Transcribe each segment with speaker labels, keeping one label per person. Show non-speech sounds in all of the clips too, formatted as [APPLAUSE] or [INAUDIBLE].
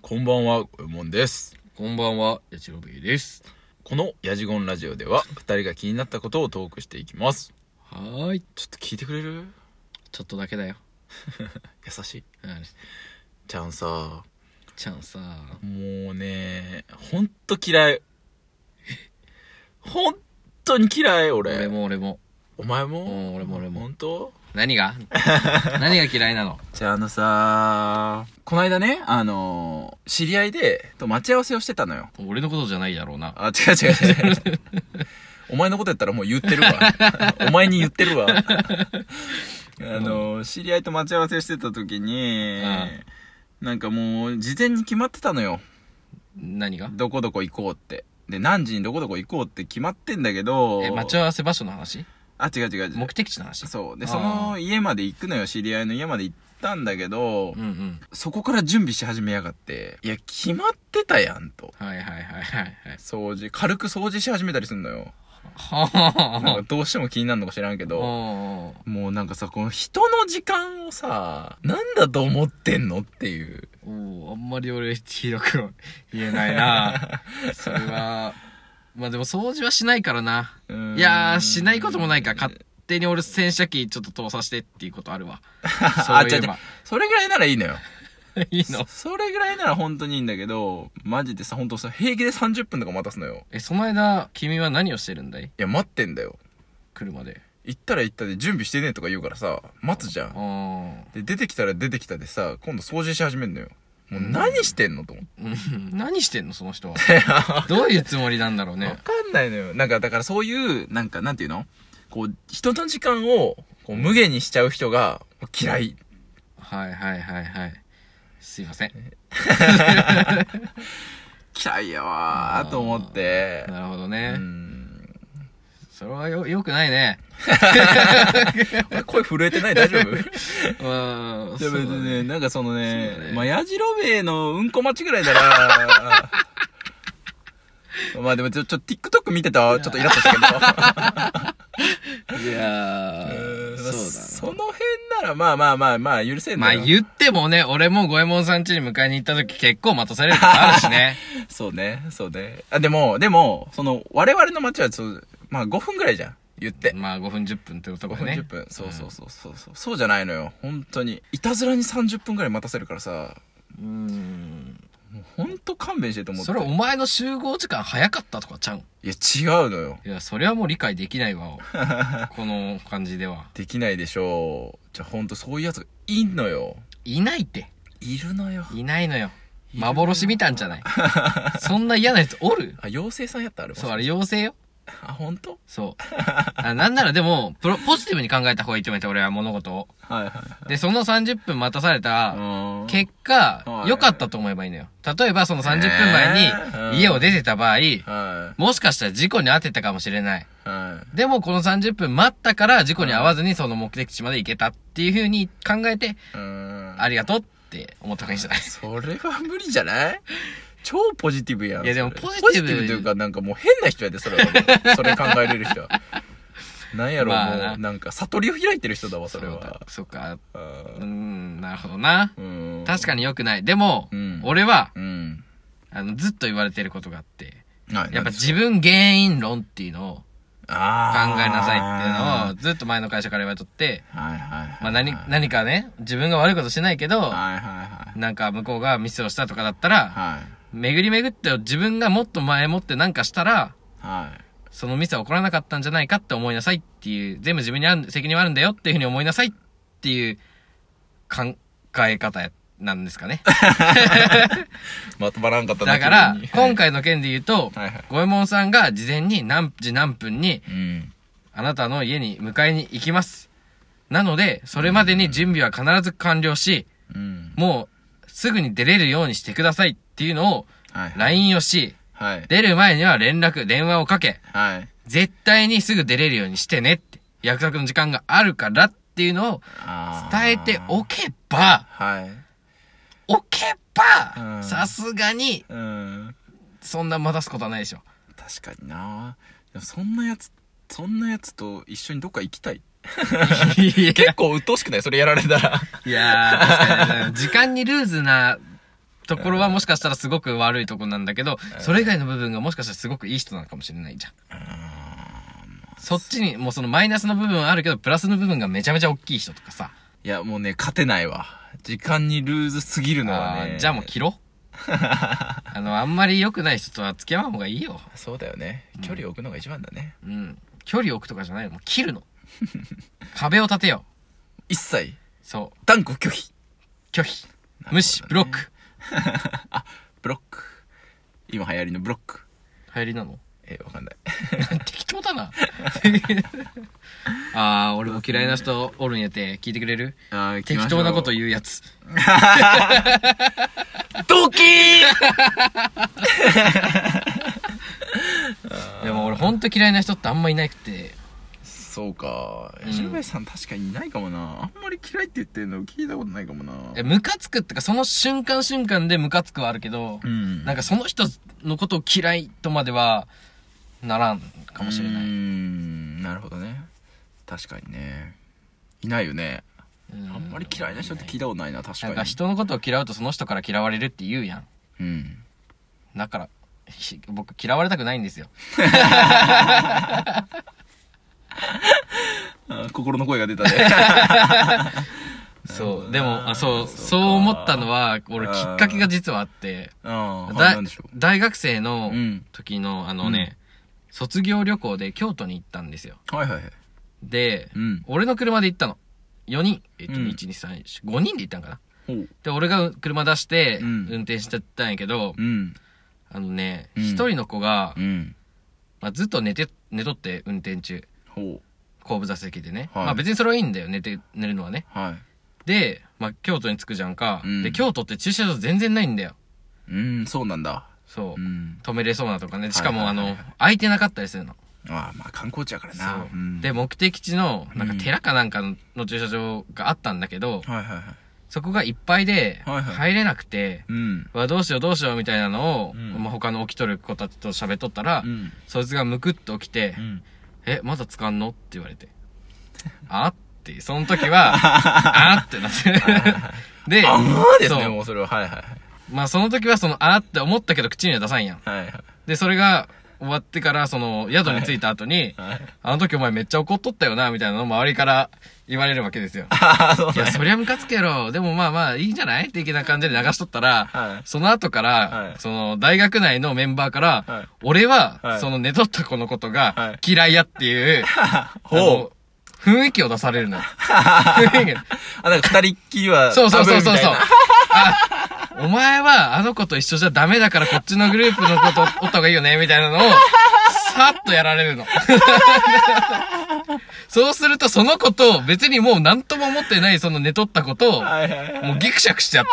Speaker 1: こんばんは、うもんです。
Speaker 2: こんばんは、やちろべえです。
Speaker 1: このヤジゴンラジオでは、二人が気になったことをトークしていきます。
Speaker 2: はーい、
Speaker 1: ちょっと聞いてくれる
Speaker 2: ちょっとだけだよ。
Speaker 1: 優しい。
Speaker 2: うん
Speaker 1: ちゃんさ、
Speaker 2: ちゃんさ、
Speaker 1: もうね、ほんと嫌い。ほんとに嫌い、俺。
Speaker 2: 俺も俺も。
Speaker 1: お前
Speaker 2: う
Speaker 1: も
Speaker 2: ん、俺も俺も
Speaker 1: ほ。んと [LAUGHS]
Speaker 2: 何が何が嫌いなの
Speaker 1: じゃああのさ、この間ね、あのー、知り合いで、と待ち合わせをしてたのよ。
Speaker 2: 俺のことじゃないだろうな。
Speaker 1: あ、違う違う違う。お前のことやったらもう言って
Speaker 2: [LAUGHS]
Speaker 1: るわ。お前に言ってるわ。あの、知り合いと待ち合わせしてた時に、なんかもう事前に決まってたのよ。
Speaker 2: 何が
Speaker 1: どこどこ行こうって。で、何時にどこどこ行こうって決まってんだけど、
Speaker 2: え、待ち合わせ場所の話
Speaker 1: あ、違う違う違う
Speaker 2: 目。的地の話
Speaker 1: そう。で、
Speaker 2: あー
Speaker 1: その家まで行くのよ。知り合いの家まで行ったんだけど
Speaker 2: うん、うん。
Speaker 1: そこから準備し始めやがって、いや、決まってたやんと。
Speaker 2: はいはいはいはいはい。
Speaker 1: 掃除、軽く掃除し始めたりすんのよ。
Speaker 2: はあ
Speaker 1: なん
Speaker 2: [LAUGHS]
Speaker 1: かどうしても気になるのか知らんけど、
Speaker 2: は
Speaker 1: もうなんかさ、この人の時間をさ、なんだと思ってんのっていう。
Speaker 2: おおあんまり俺、広くは言えないな。それは、まあでも掃除はしないからな。
Speaker 1: うーん
Speaker 2: いやー、しないこともないか。勝手に俺洗車機ちょっと通させてっていうことあ
Speaker 1: [LAUGHS]
Speaker 2: るわ。そういえば。
Speaker 1: それぐらいならいいのよ。
Speaker 2: [LAUGHS] いいの
Speaker 1: それぐらいなら本当にいいんだけど、マジでさ、本当さ、平気で30分とか待たすのよ。
Speaker 2: え、その間、君は何をしてるんだい
Speaker 1: いや、待ってんだよ。
Speaker 2: 車で。
Speaker 1: 行ったら行ったで準備してねえとか言うからさ、待つじゃ
Speaker 2: あ
Speaker 1: ん。
Speaker 2: ー
Speaker 1: で、出てきたら出てきたでさ、今度掃除し始めんのよ。もう何してんのと思って。
Speaker 2: うん。何してんのそ
Speaker 1: [LAUGHS]
Speaker 2: の人は。どういうつもりなんだろう
Speaker 1: わ
Speaker 2: ね。
Speaker 1: かんないのよ。なんか、だからそういう、なんか、なんていうのこう、人の時間を、こう、無限にしちゃう人が、嫌い。
Speaker 2: はいはいはいはい。すいません。
Speaker 1: 嫌いやわーと思って。
Speaker 2: なるほど
Speaker 1: う
Speaker 2: ね。
Speaker 1: ん。
Speaker 2: それはよ、良くな
Speaker 1: [LAUGHS]
Speaker 2: いね。
Speaker 1: 俺声震えてない大丈夫
Speaker 2: うん。
Speaker 1: でも
Speaker 2: [LAUGHS] そうだ
Speaker 1: ね、なんかそのね
Speaker 2: そうだ、ね
Speaker 1: まあ、ヤジロベエのうんこ待ちぐらいなら、 [LAUGHS] まあでもちょ、ちょ、TikTok 見てたちょっとイラッとしたけ
Speaker 2: [LAUGHS]
Speaker 1: ど。
Speaker 2: いやー、
Speaker 1: まあ
Speaker 2: そうだ
Speaker 1: その辺なら、まあまあまあまあ、許せん
Speaker 2: な。ま
Speaker 1: だ
Speaker 2: あ
Speaker 1: よ。
Speaker 2: 言ってもね、俺も五右衛門さん家に迎えに行った時結構待たされることあるしね。
Speaker 1: そうね、そうね。あ、でも、でも、その、我々の街は、そう、まあ5分ぐらいじゃん。言って。
Speaker 2: まあ5分10分ってこと
Speaker 1: 5
Speaker 2: か
Speaker 1: 分
Speaker 2: ね。
Speaker 1: 10分。そうそうそうそうそう。そうじゃないのよ。本当に。いたずらに30分ぐらい待たせるからさ、
Speaker 2: うん。
Speaker 1: もう本当勘弁してと思って。
Speaker 2: それお前の集合時間早かったとかちゃうん
Speaker 1: いや、違うのよ。
Speaker 2: いや、それはもう理解できない [LAUGHS] わ。この感じでは。
Speaker 1: できないでしょう。じゃあ本当そういうやつがいんのよ。
Speaker 2: いないって。
Speaker 1: いるのよ。
Speaker 2: いないのよ。
Speaker 1: いるのよ
Speaker 2: 幻見たんじゃ [LAUGHS] ないそんな嫌なやつお [LAUGHS] る
Speaker 1: あ、妖精さんやったあれもし
Speaker 2: そう、あれ妖精よ。
Speaker 1: あ、本当
Speaker 2: そう。 [LAUGHS] あなんならでも、プロ、ポジティブに考えた方がいいと思って、俺は物事を。
Speaker 1: はいはい
Speaker 2: で、その30分待たされた、
Speaker 1: はい。
Speaker 2: 結果
Speaker 1: は、い
Speaker 2: 良かったと思えばいいのよ。例えば、その30分前
Speaker 1: えー
Speaker 2: に、家を出てた場合、
Speaker 1: 構。は
Speaker 2: もしかしたら事故に遭ってたかもしれない。
Speaker 1: い。はい。
Speaker 2: でもこの30分待ったから事故に遭わずにその目的地まで行けたっていう風に考えて、
Speaker 1: うーん。
Speaker 2: ありがとうって思った方がいいんじゃない
Speaker 1: それは無理じゃない
Speaker 2: [LAUGHS]
Speaker 1: 超ポジティブやん。
Speaker 2: いやでも
Speaker 1: それ
Speaker 2: ポジティブ
Speaker 1: というか、なんかもう変な人やで、それはもう。それ考えれる
Speaker 2: [LAUGHS]
Speaker 1: 人は。なんやろ、
Speaker 2: まあ
Speaker 1: も
Speaker 2: な
Speaker 1: う、なんか悟りを開いてる人だわ、それ
Speaker 2: うだ
Speaker 1: は。
Speaker 2: そうか。
Speaker 1: う
Speaker 2: うんーん、なるほどな。
Speaker 1: うん。
Speaker 2: 確か
Speaker 1: に。
Speaker 2: に良くない。でも、
Speaker 1: うん
Speaker 2: 俺は、
Speaker 1: うん。
Speaker 2: あの、ずっと言われてることがあって、
Speaker 1: はい
Speaker 2: やっぱ
Speaker 1: なんでしょう
Speaker 2: 自分原因論っていうのを考
Speaker 1: あ
Speaker 2: え
Speaker 1: ー
Speaker 2: なさいっていうのを、ずっと前の会社から言われとって、
Speaker 1: はいはいはい。
Speaker 2: まあ何
Speaker 1: はい、
Speaker 2: 何かね、自分が悪いことしてないけど、
Speaker 1: はいはい
Speaker 2: なんか向こうがミスをしたとかだったら、
Speaker 1: はい。
Speaker 2: 巡り巡って自分がもっと前もってなんかしたら、
Speaker 1: はい。はい。
Speaker 2: そのミスは起こらなかったんじゃないかって思いなさいっていう、全部自分にある責任はあるんだよっていうふうに思いなさいっていう考え方やなんですかね。
Speaker 1: まとまらんかったな
Speaker 2: だから
Speaker 1: 急に、
Speaker 2: 今回の件で言う
Speaker 1: はい
Speaker 2: と
Speaker 1: はい、
Speaker 2: 五右衛門さんが事前に何時何分に
Speaker 1: うん。
Speaker 2: あなたの家に迎えに行きます。なので、それまでに準備は必ず完了し、
Speaker 1: うん。
Speaker 2: もうすぐに出れるようにしてくださいっていうのを
Speaker 1: はい。
Speaker 2: LINE をし、
Speaker 1: はい。
Speaker 2: 出る前には連絡、電話をかけ、
Speaker 1: はい。
Speaker 2: 絶対にすぐ出れるようにしてねって、約束の時間があるからっていうのを
Speaker 1: あー
Speaker 2: 伝えておけば、
Speaker 1: はい。
Speaker 2: おけ
Speaker 1: う
Speaker 2: ば、
Speaker 1: ん
Speaker 2: さすがに、
Speaker 1: うん。
Speaker 2: そんな待たすことはないでしょ。
Speaker 1: 確かになでもそんなやつ、そんなやつと一緒にどっか行きたい。
Speaker 2: [LAUGHS] いや [LAUGHS]
Speaker 1: 結構鬱陶しくないそれやられたら。
Speaker 2: いやー、確かに、時間にルーズなところはもしかしたらすごく悪いところなんだけど、それ以外の部分がもしかしたらすごくいい人なのかもしれないじゃん。そっちに、もうそのマイナスの部分はあるけど、プラスの部分がめちゃめちゃ大きい人とかさ。
Speaker 1: [LAUGHS] いや、もうね、勝てないわ。時間にルーズすぎるのは
Speaker 2: あ
Speaker 1: ね。
Speaker 2: ーじゃあもう切ろう。
Speaker 1: [LAUGHS]
Speaker 2: あの、あんまり良くない人とは付き合わん方がいいよ。
Speaker 1: そうだよね。距離を置くのが一番だね。
Speaker 2: うん。距離を置くとかじゃないの。もう
Speaker 1: [LAUGHS]
Speaker 2: 切るの。壁を立てよ
Speaker 1: 一切、
Speaker 2: う。そう。
Speaker 1: 断固拒否。
Speaker 2: 拒否。無視。
Speaker 1: な
Speaker 2: ブ
Speaker 1: る
Speaker 2: ロ
Speaker 1: ほ
Speaker 2: ッ
Speaker 1: どね
Speaker 2: ク。
Speaker 1: ブロック。今流行りのブロック。
Speaker 2: 流行りなの [LAUGHS]
Speaker 1: えーわかんない。
Speaker 2: 適
Speaker 1: [LAUGHS]
Speaker 2: 当だな。ああ、俺も嫌いな人おるんやて、聞いてくれる
Speaker 1: あー
Speaker 2: 適当なこと
Speaker 1: う。
Speaker 2: 言うやつ。
Speaker 1: ドキー
Speaker 2: でも俺ほんと嫌いな人ってあんまいなくて。
Speaker 1: そうか
Speaker 2: う。ん
Speaker 1: 白林さん確かにいないかもな。あんまり嫌いって言ってるの聞いたことないかもな。
Speaker 2: えムカつくってか、その瞬間瞬間でムカつくはあるけど、
Speaker 1: ん
Speaker 2: なんかその人のことを嫌いとまでは、ならんかもしれな
Speaker 1: うー
Speaker 2: い。
Speaker 1: んなるほどね確かにねいないよねあ
Speaker 2: あ
Speaker 1: んまり嫌いな人って聞いたことないな確か
Speaker 2: な
Speaker 1: に
Speaker 2: んか人のことを嫌うとその人から嫌われるって言うやん。
Speaker 1: うん
Speaker 2: だから、ひ僕嫌われたくないんですよ。
Speaker 1: あ心の声が出た
Speaker 2: [LAUGHS]
Speaker 1: ね
Speaker 2: そう。
Speaker 1: な
Speaker 2: で
Speaker 1: るほどな
Speaker 2: も、あ、そう、
Speaker 1: そうか
Speaker 2: そう思ったのは、俺きっかけが実はあって、
Speaker 1: ああ
Speaker 2: だ
Speaker 1: なんでしょ
Speaker 2: 大学生
Speaker 1: う
Speaker 2: の
Speaker 1: うん
Speaker 2: 時の、あのね、卒業旅行で京都に行ったんですよ。
Speaker 1: はいはいはい
Speaker 2: で、
Speaker 1: うん
Speaker 2: 俺の車で行ったの。4人、えっと、
Speaker 1: うん
Speaker 2: 1、2、3、4、5人で行ったんかな。
Speaker 1: ほう
Speaker 2: で、俺が車出して、
Speaker 1: うん
Speaker 2: 運転してったんやけど、
Speaker 1: うん
Speaker 2: あのね、
Speaker 1: うん
Speaker 2: 一人の子が
Speaker 1: う、ん
Speaker 2: まあ、ずっと寝て、寝とって、運転中。
Speaker 1: ほう
Speaker 2: 後部座席でね。
Speaker 1: はい
Speaker 2: まあ別にそれはいいんだよ、寝て、寝るのはね。
Speaker 1: はい
Speaker 2: で、まあ京都に着くじゃんか。
Speaker 1: うん
Speaker 2: で、京都って駐車場全然ないんだよ。
Speaker 1: うんそうなんだ
Speaker 2: そう
Speaker 1: う。ん
Speaker 2: 止めれそうなとかね。しかも、
Speaker 1: は
Speaker 2: あ
Speaker 1: いはいはい
Speaker 2: の
Speaker 1: はい、
Speaker 2: 空いてなかったりするの。
Speaker 1: ああまあ観光地やから
Speaker 2: そ
Speaker 1: なん
Speaker 2: う。で、目的地の、なんか寺かなんかの駐車場があったんだけど、
Speaker 1: はいはいはい
Speaker 2: そこがいっぱいで、
Speaker 1: はいはい
Speaker 2: 入れなくて、
Speaker 1: うん
Speaker 2: わ、どうしようどうしようみたいなのを、
Speaker 1: うん
Speaker 2: まあ、他の起きとる子たちと喋っとったら、
Speaker 1: うん
Speaker 2: そいつがむくっと起きて、
Speaker 1: うん
Speaker 2: え、まだ使んのって言われて。 [LAUGHS] あって、その時
Speaker 1: [LAUGHS]
Speaker 2: は、あってなって。で、
Speaker 1: あまあですね
Speaker 2: そう
Speaker 1: もうそれははいはいはい
Speaker 2: まあその時はその、あって思ったけど口には出さんやん。
Speaker 1: はいはい
Speaker 2: で、それが終わってから、その、宿に着いた後に、
Speaker 1: はい
Speaker 2: あの時お前めっちゃ怒っとったよな、みたいなのを周りから言われるわけですよ。
Speaker 1: ああそう
Speaker 2: いや、
Speaker 1: ね
Speaker 2: そりゃムカつくやろ。でもまあまあ、いいんじゃない的な感じで流しとったら、
Speaker 1: はい
Speaker 2: その後から、
Speaker 1: はい
Speaker 2: その、大学内のメンバーから、
Speaker 1: はい
Speaker 2: 俺は、
Speaker 1: はい
Speaker 2: その寝とった子のこと
Speaker 1: は
Speaker 2: が
Speaker 1: い
Speaker 2: 嫌いやっていう、
Speaker 1: [LAUGHS] ほう
Speaker 2: あの雰囲気を出される
Speaker 1: [LAUGHS]
Speaker 2: のよ。雰囲気
Speaker 1: あ、なんか二人っきりは、
Speaker 2: そうそうそうそ
Speaker 1: ダ
Speaker 2: う
Speaker 1: メみた
Speaker 2: そ
Speaker 1: いうな。
Speaker 2: あお前はあの子と一緒じゃダメだからこっちのグループの子とおった方がいいよね、みたいなのを、さっとやられ
Speaker 1: [LAUGHS]
Speaker 2: るの。そうするとその子と別にもう何とも思ってないその寝とった子と、
Speaker 1: はいはいはい。
Speaker 2: もうギクシャクしちゃ [LAUGHS] っ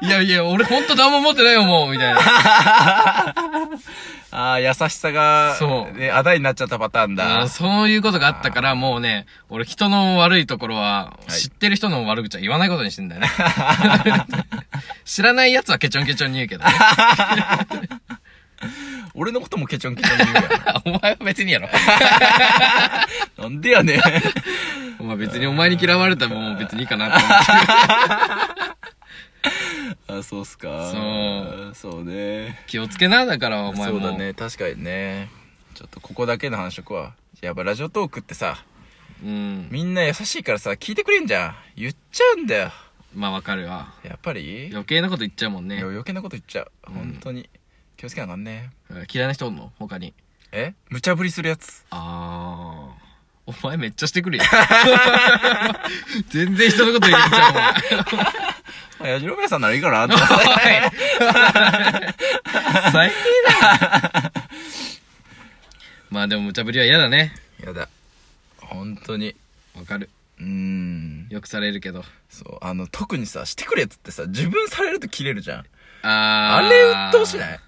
Speaker 2: て。いやいや、俺ほんと何も持ってないよ、もう、みたいな。 [LAUGHS]
Speaker 1: ああ、優しさが、
Speaker 2: そう
Speaker 1: ね、あだになっちゃったパターン
Speaker 2: あ
Speaker 1: だ
Speaker 2: ー。そういうことがあったから、もうね、俺人の悪いところは、
Speaker 1: い
Speaker 2: 知ってる人の悪口は言わないことにしてんだ [LAUGHS] よね。知らない奴はケチョンケチョンに言うけどね。
Speaker 1: 俺のこともケチョンケチョンに言うや
Speaker 2: [LAUGHS] お前は別にやろ。
Speaker 1: ん。な
Speaker 2: [LAUGHS]
Speaker 1: んでやねん。 [LAUGHS]
Speaker 2: お前別にお前に嫌われたらもう別にいいかなって思って
Speaker 1: あ、そうっすか。そう。そうね。
Speaker 2: 気をつけな、だからお前
Speaker 1: そ
Speaker 2: も。
Speaker 1: うだね、確かにね。ちょっとここだけの繁殖は。やっぱラジオトークってさ、
Speaker 2: うん。
Speaker 1: みんな優しいからさ、聞いてくれんじゃん。言っちゃうんだよ。
Speaker 2: まあわかるわ。
Speaker 1: やっぱり、
Speaker 2: 余計なこと言っちゃうもんね。
Speaker 1: 余計なこと言っちゃう。本当に。気をつけなあかんね。
Speaker 2: 嫌いな人おんの他に。
Speaker 1: え無茶ぶりするやつ。
Speaker 2: あー。お前めっちゃしてくるやん。 [LAUGHS] 全然人のこと言っちゃうもん。
Speaker 1: あ、矢印さんならいいかな
Speaker 2: [LAUGHS]
Speaker 1: と思って。
Speaker 2: 最低だまあでも無茶ぶりは嫌だね
Speaker 1: やだ本当に
Speaker 2: わかる
Speaker 1: うーん
Speaker 2: よくされるけど
Speaker 1: そうあの特にさしてくれっつってさ自分されると切れるじゃん
Speaker 2: あ
Speaker 1: あ
Speaker 2: ー
Speaker 1: れ鬱陶しない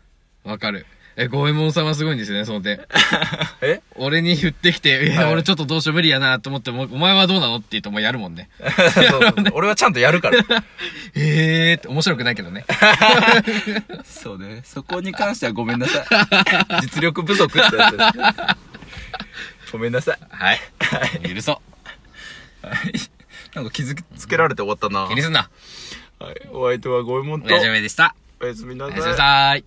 Speaker 2: わかるえ五右衛門様すごいんですよねその点
Speaker 1: え
Speaker 2: 俺に振ってきて「いや、
Speaker 1: はい
Speaker 2: 俺ちょっとどうしよう無理やな」と思っても「お前はどうなの?」って言うともうやるもんね
Speaker 1: そうそうそう俺はちゃんとやるから
Speaker 2: ええーって面白くないけどね
Speaker 1: そうねそこに関してはごめんなさい [LAUGHS] 実力不足ってやつごめんなさい
Speaker 2: はい許そ
Speaker 1: はいなんか傷つけられて終わったな
Speaker 2: う気にすんな
Speaker 1: はい、お相手はゴエモンと、
Speaker 2: ラジオでした。
Speaker 1: おやすみな
Speaker 2: おやすみな
Speaker 1: さい。
Speaker 2: さい。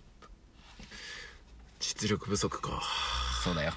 Speaker 1: 実力不足か。
Speaker 2: そうだよ。